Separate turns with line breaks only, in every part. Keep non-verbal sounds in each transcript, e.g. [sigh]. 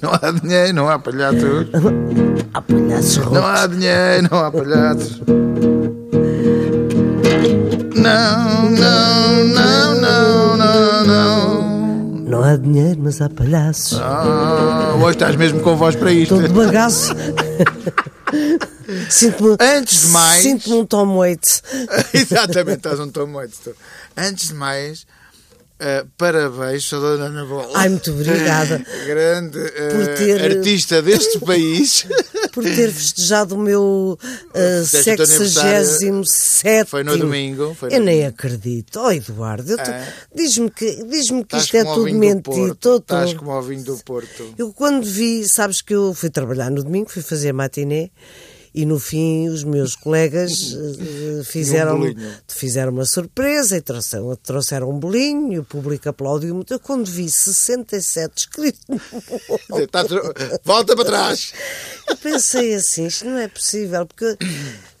Não há dinheiro, não há palhaços.
Há palhaços
Não
rotos.
há dinheiro, não há palhaços. Não, não, não, não, não, não.
Não há dinheiro, mas há palhaços.
Ah, hoje estás mesmo com voz para isto.
Estou de bagaço. Sinto-me.
Antes de mais-
Sinto-me um Tom Waits.
[laughs] Exatamente, estás um tom muito. tu. Antes de mais, eh, parabéns, sou Dona Ana Bola.
Ai, muito obrigada.
[laughs] Grande eh,
Por ter-
artista
[laughs]
deste país.
Por ter festejado o meu uh,
Festejo do teu aniversário.
67.
Foi no domingo, foi no
eu nem acredito. Oh, Eduardo, eu tô-
É?
diz-me que, diz que
Estás
isto é
como ao
tudo
vinho do
mentira.
Porto.
Tô- tô-
Estás como ao vinho do Porto.
Eu quando vi, sabes que eu fui trabalhar no domingo, fui fazer matiné e no fim os
[laughs]
meus colegas eh, fizeram,
um bolinho.
fizeram uma surpresa e trouxeram, trouxeram um bolinho e o público aplaudiu muito. Eu quando vi 67 escrito,
Quer dizer, estás- Volta para trás.
eu pensei assim, isto não é possível, porque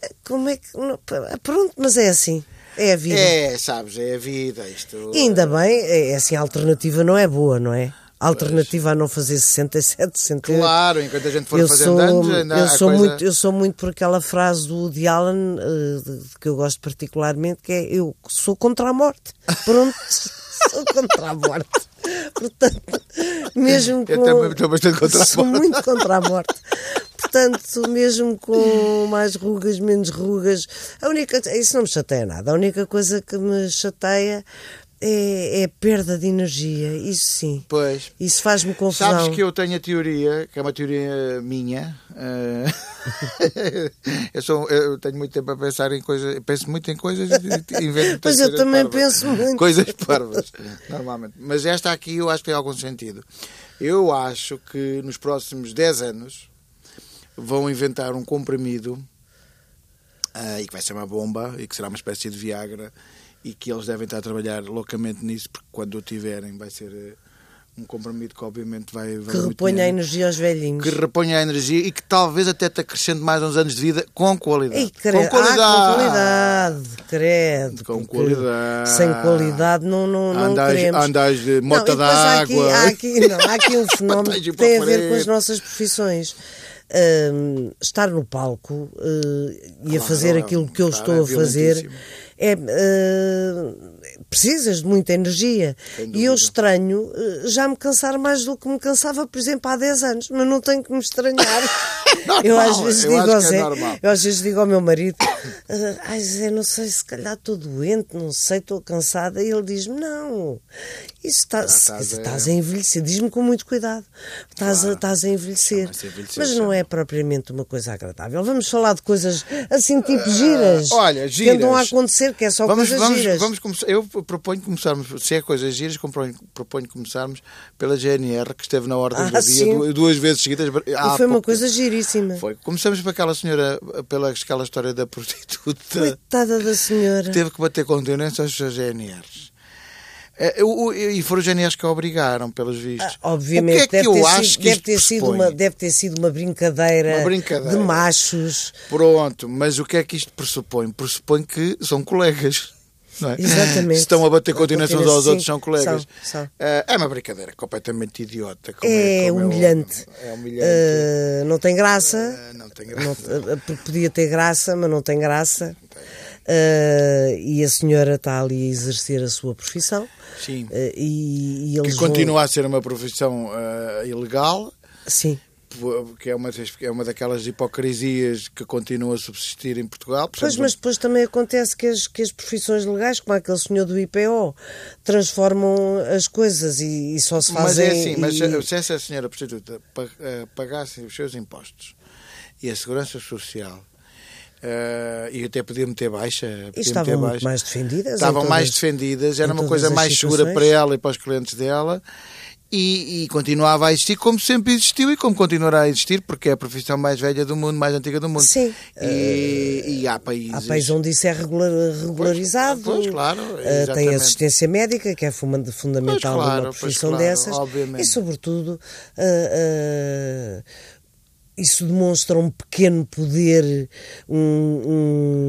eh, como é que. não- pronto, mas é assim, é a vida.
É, sabes, é a vida. Isto.
E Ainda bem, é é assim, a alternativa não é boa, não é? A alternativa a não fazer 67, 68.
Claro, enquanto a gente for
eu
fazendo
sou, um-
anos, ainda
eu
há
sou
é? coisa-
muito Eu sou muito por aquela frase do Woody Allen, eh, de- de- que eu gosto particularmente, que é eu sou contra a morte. Pronto, [laughs] sou contra a morte. Portanto, mesmo com...
Eu também estou bastante contra a
Sou
morte.
muito contra a morte. Portanto, mesmo com mais rugas, menos rugas, a única, isso não me chateia nada. A única coisa que me chateia é, é a perda de energia. Isso sim.
Pois.
Isso faz-me confusão.
Sabes que eu tenho a teoria, que é uma teoria minha. eh, [laughs] eu, sou, eu tenho muito tempo a pensar em coisas. Penso muito em coisas. e
[laughs]
invento
Pois eu
coisas
também
parvas.
penso muito.
Coisas parvas, normalmente. Mas esta aqui eu acho que tem algum sentido. Eu acho que nos próximos 10 anos vão inventar um comprimido ah, e que vai ser uma bomba e que será uma espécie de Viagra e que eles devem estar a trabalhar loucamente nisso porque quando o tiverem vai ser eh, um comprimido que obviamente vai
que reponha a energia aos velhinhos.
que reponha a energia e que talvez até te acrescente mais uns anos de vida com qualidade.
Ei, credo.
Com qualidade.
Ah, com qualidade, credo.
Com
porque
qualidade.
Sem qualidade não, não, não
Andas-
queremos.
andas de
Não,
mota
e depois há
d'água.
Aqui, há, aqui, não, há
[laughs]
aqui um fenómeno
Andas de
que tem a ver
parede.
com as nossas profissões. Hum, estar no palco eh, e a
Claro,
fazer
é
aquilo
um-
que eu
claro,
estou
é
a fazer
violentíssimo.
é, eh, precisas de muita energia
Sem
e
dúvida.
eu estranho eh, já me cansar mais do que me cansava por exemplo há 10 anos, mas não tenho que
[laughs]
me estranhar eu às
Normal,
vezes
eu
digo
acho
ao
que é
Zé
normal.
eu às vezes digo ao meu marido [coughs] "Ah, ai Zé, não sei, se calhar estou doente não sei, estou cansada e ele diz-me não, isso está,
Ah, estás a-
estás a envelhecer, diz-me com muito cuidado estás, a, estás a envelhecer
Vai-se envelhecer,
mas não é propriamente uma coisa agradável vamos falar de coisas assim tipo giras
Ah, olha,
que andam a
giras.
acontecer que é só
vamos,
coisas
vamos,
giras
vamos começar. Eu proponho começarmos, se é coisas giras, proponho, proponho começarmos pela GNR, que esteve na ordem
Ah,
do dia
sim.
du- duas vezes seguidas.
e
há
foi uma
pouco
coisa
tempo.
giríssima
Foi. Começamos por aquela senhora, pela aquela história da prostituta.
coitada da senhora
Teve que bater continência aos seus GNRs. Eh, o- o- E foram os GNRs que a obrigaram, pelos vistos.
Ah,
o
Obviamente,
que é que
deve,
eu
ter
acho que
sido, deve,
isto
ter sido
pressupõe?
uma, deve ter sido uma brincadeira,
Uma brincadeira.
de machos.
Pronto, mas o que é que isto pressupõe? Pressupõe que são colegas. Não é?
Exatamente.
Se estão a bater
A
continuação uns
bater
aos
assim,
outros, são colegas.
são, são.
Eh, é uma brincadeira completamente idiota. como
É,
como
humilhante.
É, humilhante.
Ah, não tem graça.
Eh, não tem graça.
Não- ah, porque podia ter graça, mas não tem graça. Ah, e a senhora está ali a exercer a sua profissão.
Sim.
Ah, e, e
que
eles vão-
continua a ser uma profissão eh, ilegal.
Sim.
que é uma, das- é uma daquelas hipocrisias que continua a subsistir em Portugal.
Pois,
Portanto,
mas depois também acontece que as, que as profissões legais, como aquele senhor do IPO, transformam as coisas e, e só se
mas
fazem.
é assim, mas
e-
se essa senhora prostituta pa- eh, pagasse os seus impostos e a segurança social eh, e até podia meter baixa,
E
podia
estavam
meter
muito
baixa
mais defendidas. em
estavam
todas-
mais defendidas, era
em
uma
todas
coisa
as
mais segura para
situações.
ela e para os clientes dela. E, e continuava a existir como sempre existiu e como continuará a existir, porque é a profissão mais velha do mundo, mais antiga do mundo.
Sim. Eh,
E, e há países.
Há países onde isso é regular- regularizado.
pois, claro,
Ah, tem
exatamente.
assistência médica, que é funda- fundamental
Pois, claro,
numa
pois,
profissão
claro,
dessas.
obviamente.
E, sobretudo, ah, ah, isso demonstra um pequeno poder, um,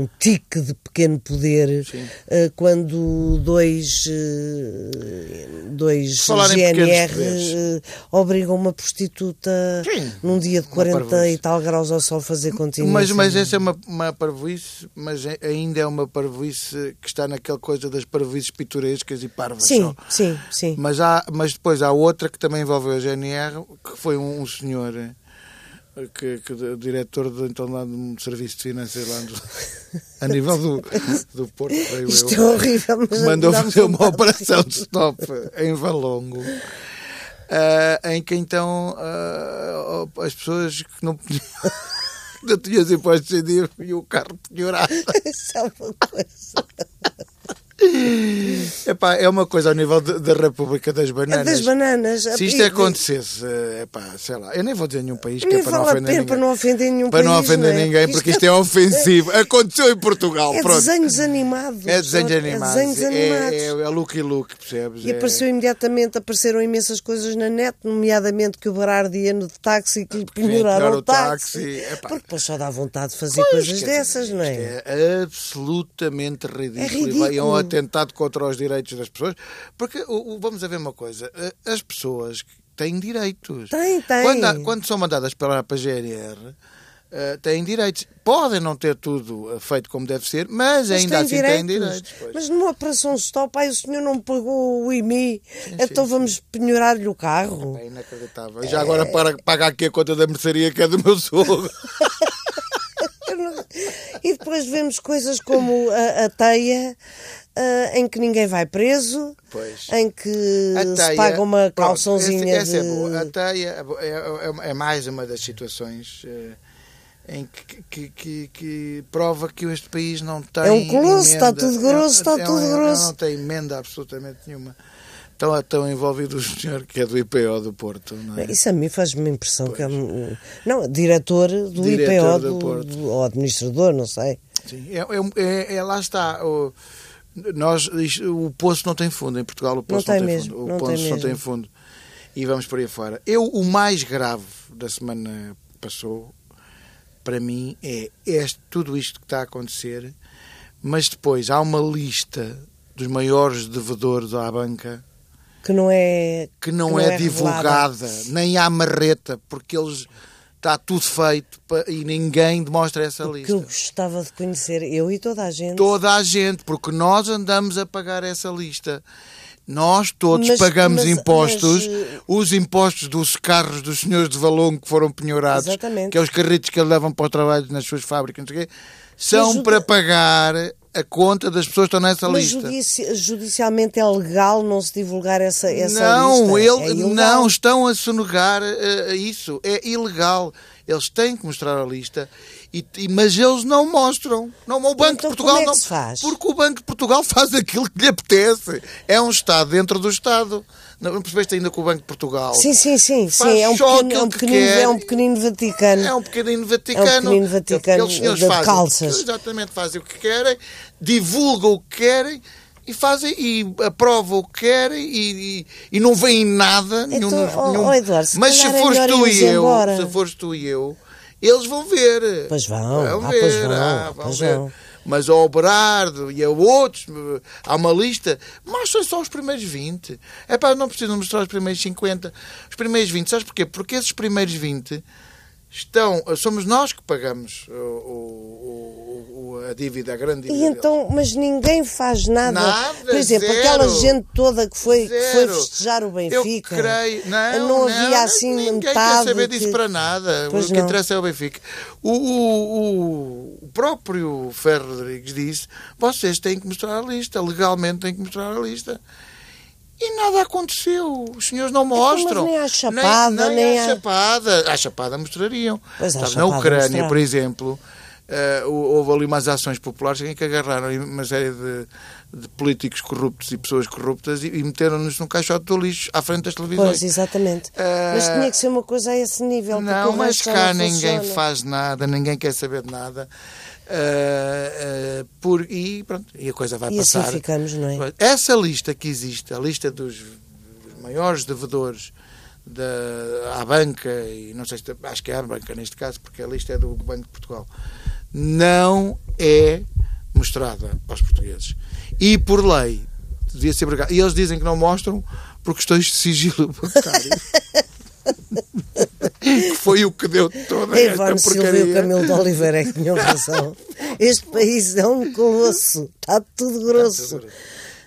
um tique de pequeno poder, eh, quando dois, eh, dois
Falar em
GNR
pequenos
eh, obrigam uma prostituta
Sim.
num dia de
Uma
40 e
parvoíce.
tal graus ao sol fazer continência.
Mas, mas essa é uma, uma parvoíce, mas a- ainda é uma parvoíce que está naquela coisa das parvoíces pitorescas e parvas
Sim,
só.
sim, sim.
Mas, há, mas depois há outra que também envolveu a GNR, que foi um, um senhor eh, que, que de- diretor do então lá do serviço de finanças lá do- [laughs] a nível do, do Porto, creio
Isto é
eu,
horrível. Mas um
mandou
dá-me
fazer uma
vontade.
operação
assim.
de stop em Valongo. ah, em que então ah, as pessoas que não podiam [laughs] não tinham os impostos em dia e o carro penhorado.
[laughs] Isso é uma coisa.
Epá, é uma coisa ao nível de- da República das
É
Bananas.
das bananas.
Se isto é
E- e-
acontecesse, eh, epá, sei lá, eu nem vou dizer nenhum país que
Nem
é para não
vale a
ofender
pena
ninguém.
para não ofender nenhum
Para não
país,
ofender
não é?
ninguém, porque isto é
[laughs]
ofensivo. Aconteceu em Portugal,
É
pronto.
desenhos animados.
É desenhos
Jorge,
animados.
É desenhos animados.
É, é look e look, percebes?
E
É-
apareceu imediatamente, apareceram imensas coisas na net, nomeadamente que o Berardi ia no táxi e que lhe
vinha
penhoraram
penhorar
o
o
táxi.
táxi, epá.
Porque depois só dá vontade de fazer
Pois,
coisas
quer
dessas,
dizer,
não é?
isto absolutamente ridículo.
É
E vai- É
ridículo.
um atentado contra os direitos das pessoas. Porque o- o- vamos a ver uma coisa: a- as pessoas que têm direitos.
Têm, têm.
Quando, há- quando são mandadas para, para a GNR. eh, têm direitos, podem não ter tudo eh, feito como deve ser, mas,
Mas
ainda
tem
assim têm direitos. pois.
Mas numa operação stop, aí o senhor não pagou o IMI, então vamos penhorar-lhe o carro.
É inacreditável. E já agora para, paga aqui a conta da mercearia que é do meu sogro.
Eu não- E depois vemos coisas como a, a teia, ah, em que ninguém vai preso,
Pois.
em que
A
se
teia-
paga uma
pronto,
calçãozinha
essa, essa
de-
é boa. A teia é bo- é, é- é mais uma das situações eh, em que, que- que- que prova que este país não tem.
É um colosso,
emenda.
está tudo grosso, está
É um- é um-
tudo grosso.
Não tem emenda absolutamente nenhuma. Estão tão envolvido o senhor que é do IPO do Porto, não é?
Isso a mim faz-me impressão que é um- Não, diretor do
Diretor
IPO
do
do-
Porto.
do- ou administrador, não sei.
Sim, é, é- é- é- lá está. O, nós, isto- o poço não tem fundo. Em Portugal o poço
tem
não tem,
mesmo,
fundo. O
não tem
poço não
mesmo.
tem fundo. E vamos por aí fora. Eu, o mais grave da semana que passou, para mim, é este, tudo isto que está a acontecer. Mas depois há uma lista dos maiores devedores à banca
Que não é.
que não,
que
é,
revelada.
divulgada, nem há marreta, porque eles está tudo feito pa- e ninguém demonstra essa
Que
lista.
eu gostava de conhecer, eu e toda a gente.
Toda a gente, porque nós andamos a pagar essa lista. Nós todos
Mas-
pagamos
mas-
impostos,
mas, eh,
os impostos dos carros dos senhores de Valongo que foram penhorados,
Exatamente.
que é os carritos que eles levam para o trabalho nas suas fábricas, não sei o quê, são
Mas o
para
de-
pagar a conta das pessoas que estão nessa
Mas
lista.
judici- judicialmente é legal não se divulgar essa, essa
não,
lista? É
ele,
ilegal.
não estão a sonegar eh, isso. É ilegal. Eles têm que mostrar a lista, e- e- mas eles não mostram. Não, o Banco
Então,
de Portugal
como é que
não
se faz?
Porque o Banco de Portugal [laughs] faz aquilo que lhe apetece. É um Estado dentro do Estado. Não não percebeste ainda que o Banco de Portugal
Sim, sim, sim.
Faz
sim é, um
só
pequeno, é,
aquilo
um
que
pequenino,
quer.
é um pequenino Vaticano.
é um pequenino Vaticano.
É um pequenino Vaticano
Aqueles senhores
de
fazem,
calças.
Exatamente, fazem o que querem, divulgam o que querem e fazem e aprovam o que querem e, e, e não veem nada. Nenhum,
Então, ó,
nenhum-
ó, Eduardo, se
Mas se
calhar é
fores
melhor
tu
irmos
e eu,
embora.
se fores tu e eu, eles vão ver.
Pois vão, ah, pois vão, ah, pois vão.
Mas ao Berardo e a outros, há uma lista, mostram só os primeiros 20. É pá, não precisam mostrar os primeiros 50. Os primeiros 20, sabes porquê? Porque esses primeiros 20 estão, somos nós que pagamos o- o- o- o- a dívida, a grande
E
dívida.
então, mas ninguém faz nada.
Nada,
Por exemplo,
zero.
aquela gente toda que foi, que foi
Zero.
festejar o
deles. Eu
Benfica.
creio, não,
não havia assim
ninguém
metade
quer saber disso
que-
para nada.
Pois
o que
não.
interessa é o Benfica. O, o- o próprio Ferro Rodrigues disse: vocês têm que mostrar a lista, legalmente têm que mostrar a lista. E nada aconteceu. Os senhores não
Então, mas
mostram.
nem à Chapada,
nem,
nem
à
à-
Chapada. À Chapada mostrariam.
Pois, à
Sabe,
Chapada
na Ucrânia,
mostraram.
por exemplo, eh, houve ali umas ações populares em que agarraram uma série de, de políticos corruptos e pessoas corruptas e, e meteram-nos num caixote do lixo à frente das televisões.
Pois, é um exatamente.
Ah,
Mas tinha que ser uma coisa a esse nível. porque
Não,
o
mas
resto já
cá
não
ninguém
funciona.
faz nada, ninguém quer saber de nada. Ah, ah, por, e pronto, e a coisa vai
E assim
passar.
ficamos, não é?
Essa lista que existe, a lista dos maiores devedores da, à banca, e não sei se acho que é à banca neste caso, porque a lista é do Banco de Portugal, não é mostrada aos portugueses. E por lei, devia ser obrigado. E eles dizem que não mostram por questões de sigilo
[laughs]
bancário. que foi o que deu toda
É
esta
Ivone Silva e o
porcaria.
Camilo de Oliveira é que tinham
[laughs]
razão. Este país é um colosso, está tudo grosso.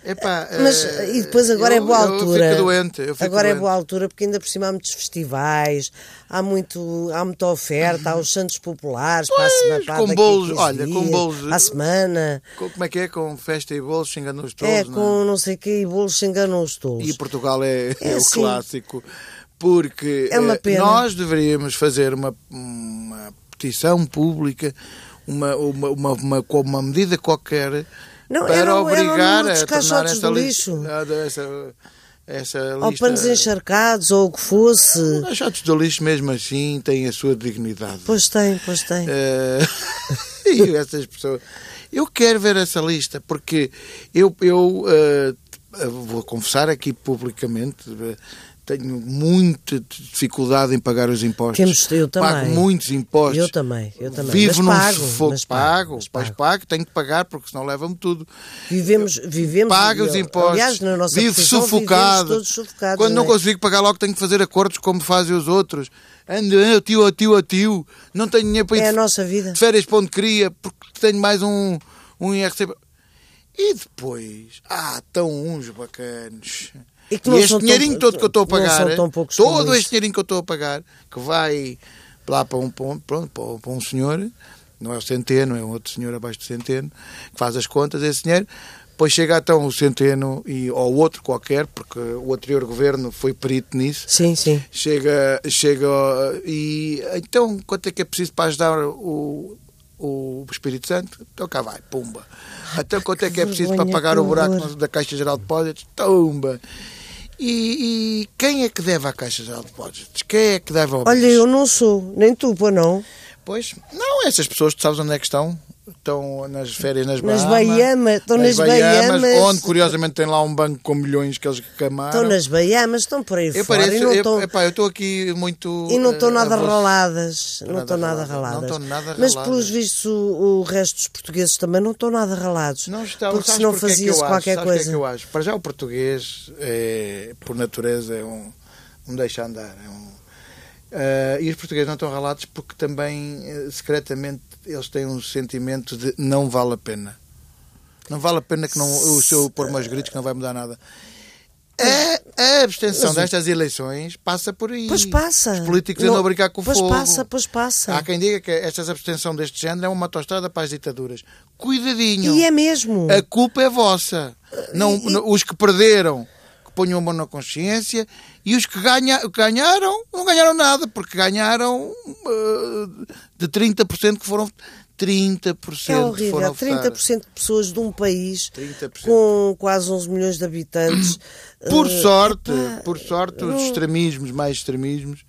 Epá,
Mas,
eh,
e depois agora é
eu-
boa altura.
Eu fico doente. Eu fico
agora é
doente.
boa altura porque ainda por cima há muitos festivais, há, muito, há muita oferta, há os Santos Populares, para a semana,
Pois,
para
com
daqui a
bolos,
15
olha, com
dias,
bolos.
À semana.
Com- Como é que é? Com festa e bolos, se enganou os todos,
É,
não é?
com não sei o quê, e bolos se enganam os tolos.
E Portugal é, é o
assim.
clássico. Porque
É uma
eh,
pena.
nós deveríamos fazer uma, uma petição pública, uma, uma, uma, uma, com uma medida qualquer
Não,
para
era o- era o número
obrigar
dos
a tornar
caixotes
essa
do
lista.
lixo.
ah, Essa, essa
Ou
lista-
panos encharcados, ou o que fosse.
Os caixotes do lixo, mesmo assim, têm a sua dignidade.
Pois tem, pois tem.
Eh, [laughs] e essas pessoas. Eu quero ver essa lista, porque eu, eu eh, vou confessar aqui publicamente. eh, Tenho muita dificuldade em pagar os impostos.
Temos- eu
Pago
também.
muitos impostos.
Eu também, eu também.
Vivo
Mas
num
pago,
sufoco.
mas pago,
pago,
mas
mas
pago.
pago, tenho que pagar, porque senão leva-me tudo.
Vivemos, vivemos
Paga os
eu-
impostos.
Aliás, na nossa
vivo
profissão,
sufocado.
Vivemos todos sufocados.
Quando não
é?
consigo pagar logo, tenho que fazer acordos como fazem os outros. Ando, eu, tio, eu, tio, eu, tio. Não tenho dinheiro para ir
É a
de
nossa vida.
de férias para onde queria, porque tenho mais um, um IRC. pa- E depois, ah, tão uns bacanos.
E que não
este
são tão-
dinheirinho todo que eu estou a
não
pagar, eh,
são tão poucos
todo
como
este
isso.
dinheirinho que eu estou a pagar, que vai lá para um, para um- pronto, para, um- para um senhor, não é o centeno, é um outro senhor abaixo do centeno, que faz as contas, esse dinheiro. Depois chega então o centeno e, ou outro qualquer, porque o anterior governo foi perito nisso,
Sim, sim.
chega, chega ó, e então quanto é que é preciso para ajudar o, o Espírito Santo? Então cá vai, pumba. Então quanto é que é preciso para
vergonha,
pagar
que
o buraco
horror.
da Caixa Geral de Depósitos? Tumba. E, e quem é que deve à Caixa Geral de Depósitos? Quem é que deve ao
Olha,
BES?
eu não sou, nem tu, pô, não.
Pois, não, essas pessoas, tu sabes onde é que estão? Estão nas férias nas
Nas
Bahamas.
Bahamas, estão nas Bahamas.
Onde, curiosamente, tem lá um banco com milhões que eles camaram.
Estão nas Bahamas, estão por aí
Eu
fora
pareço,
e não
eu- é
estão.
epá, eu estou aqui muito...
E não estão
eh,
nada
avulso.
raladas, não
Nada
estão nada
raladas, não
raladas.
estão nada
Mas
raladas.
pelos vistos o, o resto dos portugueses também não estão nada ralados.
Não está,
porque se
sabes
não
porque é que eu
fazia-se
acho?
qualquer
Sabes
coisa.
porque é que eu acho? Para já o português, é, por natureza, é um, um deixa andar. é um- Ah, e os portugueses não estão ralados porque também, eh, secretamente, eles têm um sentimento de não vale a pena. Não vale a pena que não, o seu pôr meus gritos que não vai mudar nada. A, a abstenção destas eleições passa por aí.
Pois passa.
Os políticos
Não-
andam a brincar com o
pois
fogo.
passa, pois passa.
Há quem diga que esta abstenção deste género é uma tostada para as ditaduras. Cuidadinho.
E é mesmo.
A culpa é vossa. Não, não- os que perderam, que ponham a mão na consciência, e os que ganha, ganharam, não ganharam nada, porque ganharam eh, de 30% que foram. 30%
É
que
horrível.
foram
Há
votar.
30% de pessoas de um país
30%.
com quase 11 milhões de habitantes.
Por
eh,
sorte,
epá,
por sorte, os
não-
extremismos, mais extremismos,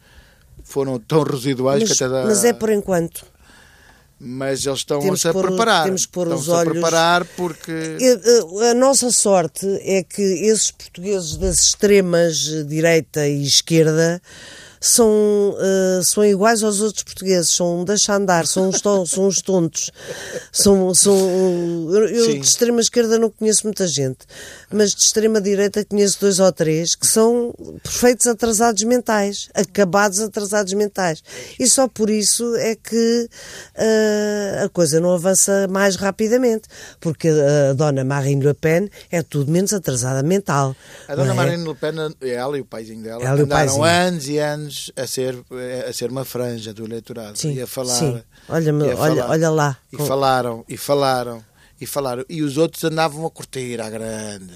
foram tão residuais
Mas,
que até dá...
mas é por enquanto.
Mas eles
Temos
estão-se
que
a
pôr o-
preparar.
temos que pôr os
Estão-se a
olhos-
preparar porque...
Eh, eh, A nossa sorte é que esses portugueses das extremas eh, direita e esquerda são, eh, são iguais aos outros portugueses, são um deixa andar, são uns, ton- são uns tontos. São, são, eu eu
Sim.
de extrema esquerda não conheço muita gente, mas de extrema direita conheço dois ou três que são perfeitos atrasados mentais, acabados atrasados mentais. E só por isso é que eh, a coisa não avança mais rapidamente, porque a dona Marine Le Pen é tudo menos atrasada mental.
A dona
não é?
Marine Le Pen, ela e o paizinho dela,
Ela e o
andaram
paizinho.
anos e anos a ser, a ser uma franja do eleitorado
Sim,
e a falar.
sim. Olha-me,
e a
olha- olha lá.
E
Com-
falaram, e falaram, e falaram. E os outros andavam a curtir à grande.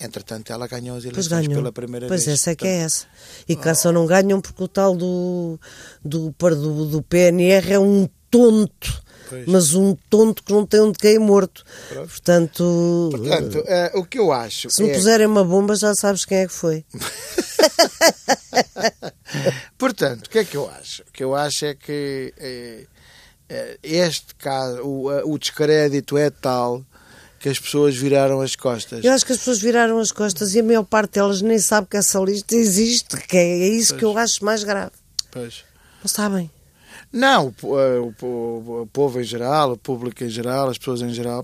Entretanto, ela ganhou as
Pois
eleições
ganham.
pela primeira
pois
vez.
essa é que é essa. E cá só não ganham porque o tal do, do, par- do, do PNR é um tonto,
Pois.
mas um tonto que não tem onde cair morto.
Pronto.
Portanto,
Portanto, eh, o que eu acho
se me
é-
puserem uma bomba já sabes quem é que foi.
Portanto, o que é que eu acho? O que eu acho é que eh, eh, este caso, o, eh, o descrédito é tal que as pessoas viraram as costas.
Eu acho que as pessoas viraram as costas e a maior parte delas nem sabe que essa lista existe, que é é isso que eu acho mais grave.
Pois.
Não sabem.
Não, o, po- eh, o po- o povo em geral, o público em geral, as pessoas em geral,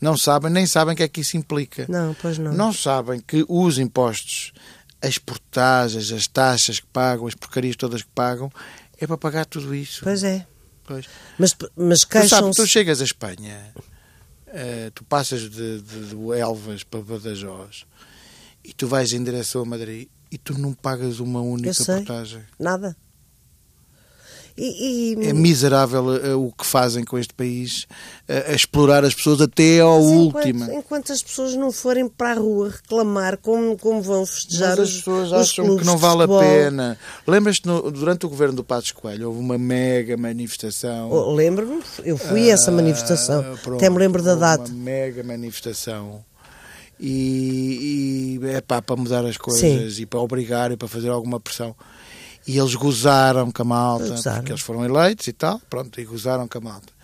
não sabem, nem sabem o que é que isso implica.
Não, pois não.
Não sabem que os impostos, as portagens, as taxas que pagam, as porcarias todas que pagam, é para pagar tudo isso.
Pois é.
Pois.
Mas, mas
Tu, sabes, tu
queixam-se.
chegas à Espanha, eh, tu passas de, de- do Elvas para Badajoz e tu vais em direção a Madrid e tu não pagas uma única
sei.
portagem.
Nada. E, e-
É miserável eh, o que fazem com este país, eh, a explorar as pessoas até à
Mas
última.
Enquanto, enquanto as pessoas não forem para a rua reclamar como, como vão festejar
Mas as
os-
pessoas
os
acham que
clubes
não
de
vale a
futebol.
pena. Lembras-te, no- durante o governo do Passos Coelho, houve uma mega manifestação.
Oh, Lembro-me, eu fui a essa
Ah,
manifestação,
pronto,
até me lembro da
houve
data.
Uma mega manifestação. E, é pá, para mudar as coisas e para obrigar e para fazer alguma pressão. E eles gozaram com a malta,
Gozaram.
porque eles foram eleitos e tal, pronto, e gozaram com a malta.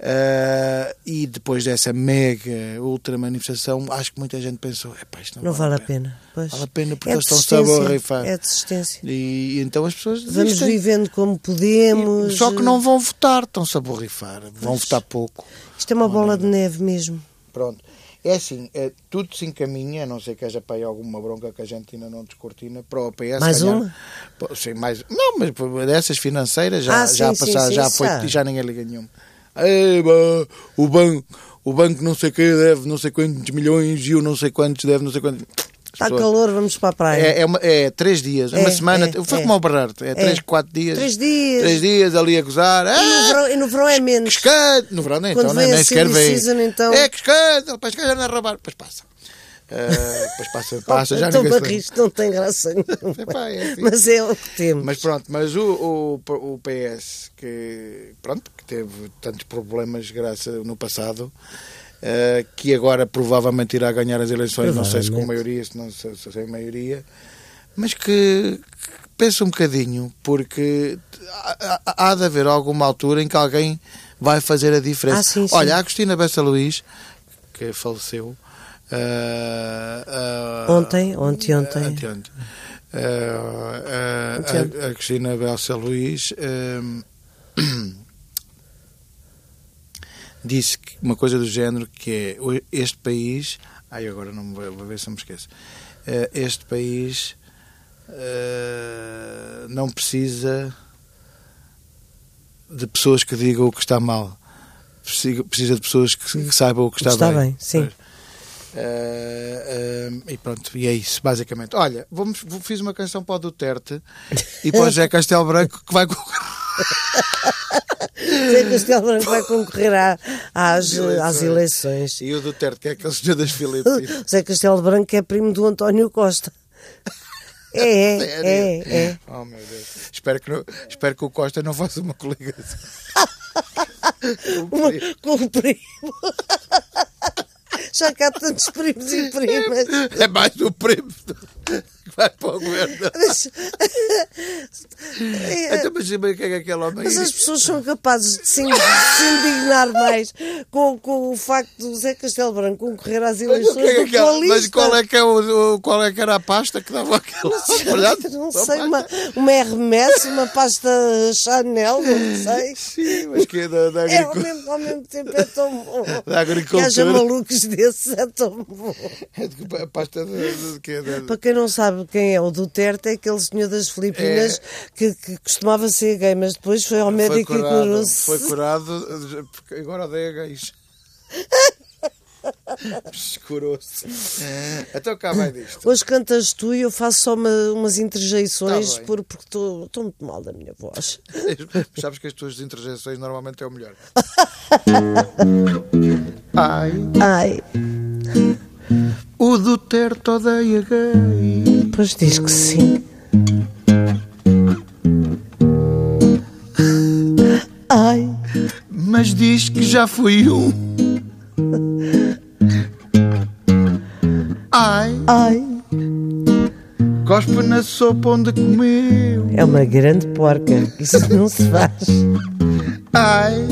Ah, e depois dessa mega ultra manifestação, acho que muita gente pensou: epá, isto não,
Não vale a pena. Pois.
Vale a pena porque
É
eles estão-se a
desistência,
borrifar.
É desistência.
E, e então as pessoas
Vamos
desistem.
vivendo como podemos.
Só que não vão votar, estão-se a borrifar, vão votar pouco.
Isto é
Oh,
uma bola de neve mesmo.
Pronto. É assim, eh, tudo se encaminha, a não sei que haja para aí alguma bronca que a gente ainda não descortina, para o PS.
Mais
calhar-
uma?
Pô, Sim, mais. Não, mas pô, dessas financeiras já,
Ah, sim,
já,
sim,
passaram,
sim,
já
isso
foi,
é. já.
já ninguém liga nenhuma. Ei, bá, o banco, o banco não sei que deve não sei quantos milhões e o não sei quantos deve não sei quantos.
Está
As pessoas-
calor, vamos para a praia.
é, é, uma- é três dias, é,
Tá É,
uma semana.
é,
foi
é.
como ao Bernardo, é, três, quatro dias.
Três dias.
Três dias ali a gozar.
E, no
Ah,
verão, e no verão é menos.
Cascade! No verão nem,
Quando
então, nem,
vem a
nem sequer
silly
vem.
season, então-
É cascade! Depois cascade anda a é roubar. Depois passa. Ah, depois
[laughs]
passa, passa, já
Então
ninguém se lembra.
barris, não
[laughs]
tem graça nenhuma.
Epá,
[laughs]
é assim.
Mas é o que temos.
Mas pronto, mas o, o, o PS, que, pronto, que teve tantos problemas graça no passado, eh, que agora provavelmente irá ganhar as eleições, não sei se com
Provavelmente.
maioria, se não se, se sem maioria, mas que, que pensa um bocadinho, porque há, há- há de haver alguma altura em que alguém vai fazer a diferença.
Ah, sim, sim.
Olha, a Agostina Bessa Luís, que faleceu. eh, eh,
Ontem, ontem, ontem.
Anteontem. Ah, ah,
Anteontem.
a, a Cristina Belsa Luís ahm, [coughs] disse que- uma coisa do género que é o- este país. Ai, agora não me vou, vou ver se não me esqueço. Ah, este país ah, não precisa de pessoas que digam o que está mal. Precisa precisa de pessoas que, que saibam o que está,
Está bem, sim.
Pois. Ah, ah, e pronto, e é isso, basicamente. Olha, vamos, vou- fiz uma canção para o
[laughs]
Duterte e para o José Castelo Branco que vai concorrer.
Zé Castelo Branco vai concorrer à- às,
Eleições.
às eleições.
E o Duterte, que é aquele senhor das Filipinas.
Zé Castelo Branco é primo do António Costa. [laughs] É,
Sério?
é, é. é.
Oh meu Deus. Espero que, não- espero que o Costa não faça uma
[laughs]
coligação.
Uma, com o primo. Já cá há tantos primos e primas.
É mais o primo do- que vai para o governo.
Mas,
Então, mas o que é que aquele homem
mas as pessoas são capazes de se, in- de se indignar mais com, com o facto do Zé Castelo Branco concorrer às
Mas, o
eleições
que é que
do que
aquela-
a
mas
lista.
qual, é que é o, o- qual é que era a pasta que dava aquela olhada?
Não sei, uma, uma RMS, uma pasta Chanel, não sei.
Sim, mas que é da, da
É, ao,
[laughs] agricultura.
mesmo, ao mesmo tempo é tão bom.
Da agricultura.
Que haja malucos desses é tão bom.
é A pasta da, da, que é da,
Para quem não sabe quem é o Duterte, é aquele senhor das Filipinas que, que costumava ser gay, mas depois foi ao
É. foi
médico e
curado,
curou-se.
foi curado, eh, porque agora odeia
[laughs]
gays. Curou-se.
É.
Até Então cá vai disto.
Hoje cantas tu e eu faço só uma- umas interjeições
Tá bem.
por- porque estou estou muito mal da minha voz.
Sabes que as tuas interjeições normalmente é o melhor. Ai,
Ai,
o Duterte odeia gays.
pois diz que sim. Ai,
mas diz que já foi um. Ai,
ai.
cospe na sopa onde comeu.
É uma grande porca. Isso não se faz.
Ai,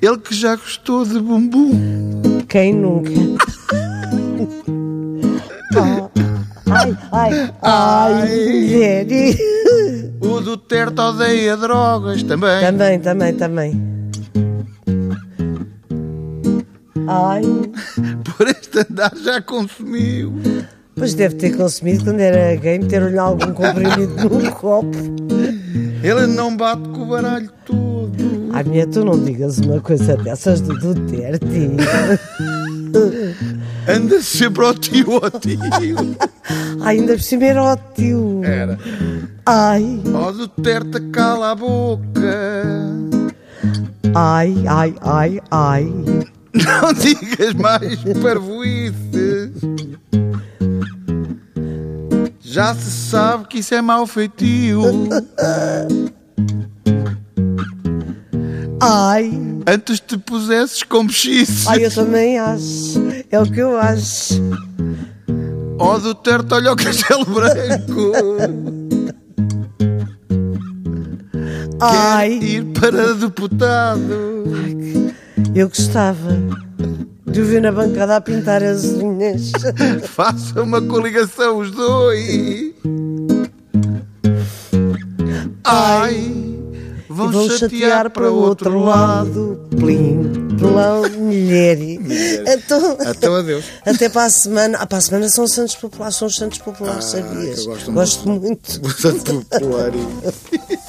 ele que já gostou de bumbum.
Quem nunca? Ai, ai, ai, mulher.
O Duterte odeia drogas também.
Também, também, também. Ai,
Por este andar já consumiu.
pois deve ter consumido quando era gay, meter-lhe algum comprimido num copo.
Ele não bate com o baralho todo.
Ai, mulher, tu não digas uma coisa dessas do Duterte.
Anda sempre ao tio, ao tio.
Ai, ainda por cima era o tio.
Era.
Ai,
Ó Duterte, cala a boca.
ai, ai, ai, ai.
Não digas mais parvoíces. Já se sabe que isso é mau feitio.
Ai,
Antes te pusesses com mexices.
ai, eu também acho. É o que eu acho.
Ó Duterte, olha o castelo branco.
Ai.
Quer ir para deputado.
Eu gostava de o ver na bancada a pintar as unhas.
Faça uma coligação os dois. Ai, vão,
Vão
chatear, para o outro lado.
Plim, plão, mulher. Então,
Então [laughs] adeus.
até para a semana. Ah, para a semana são os
Ah,
Santos Populares, são os Santos Populares, sabias?
eu gosto muito.
gosto muito.
Portanto, popular. e-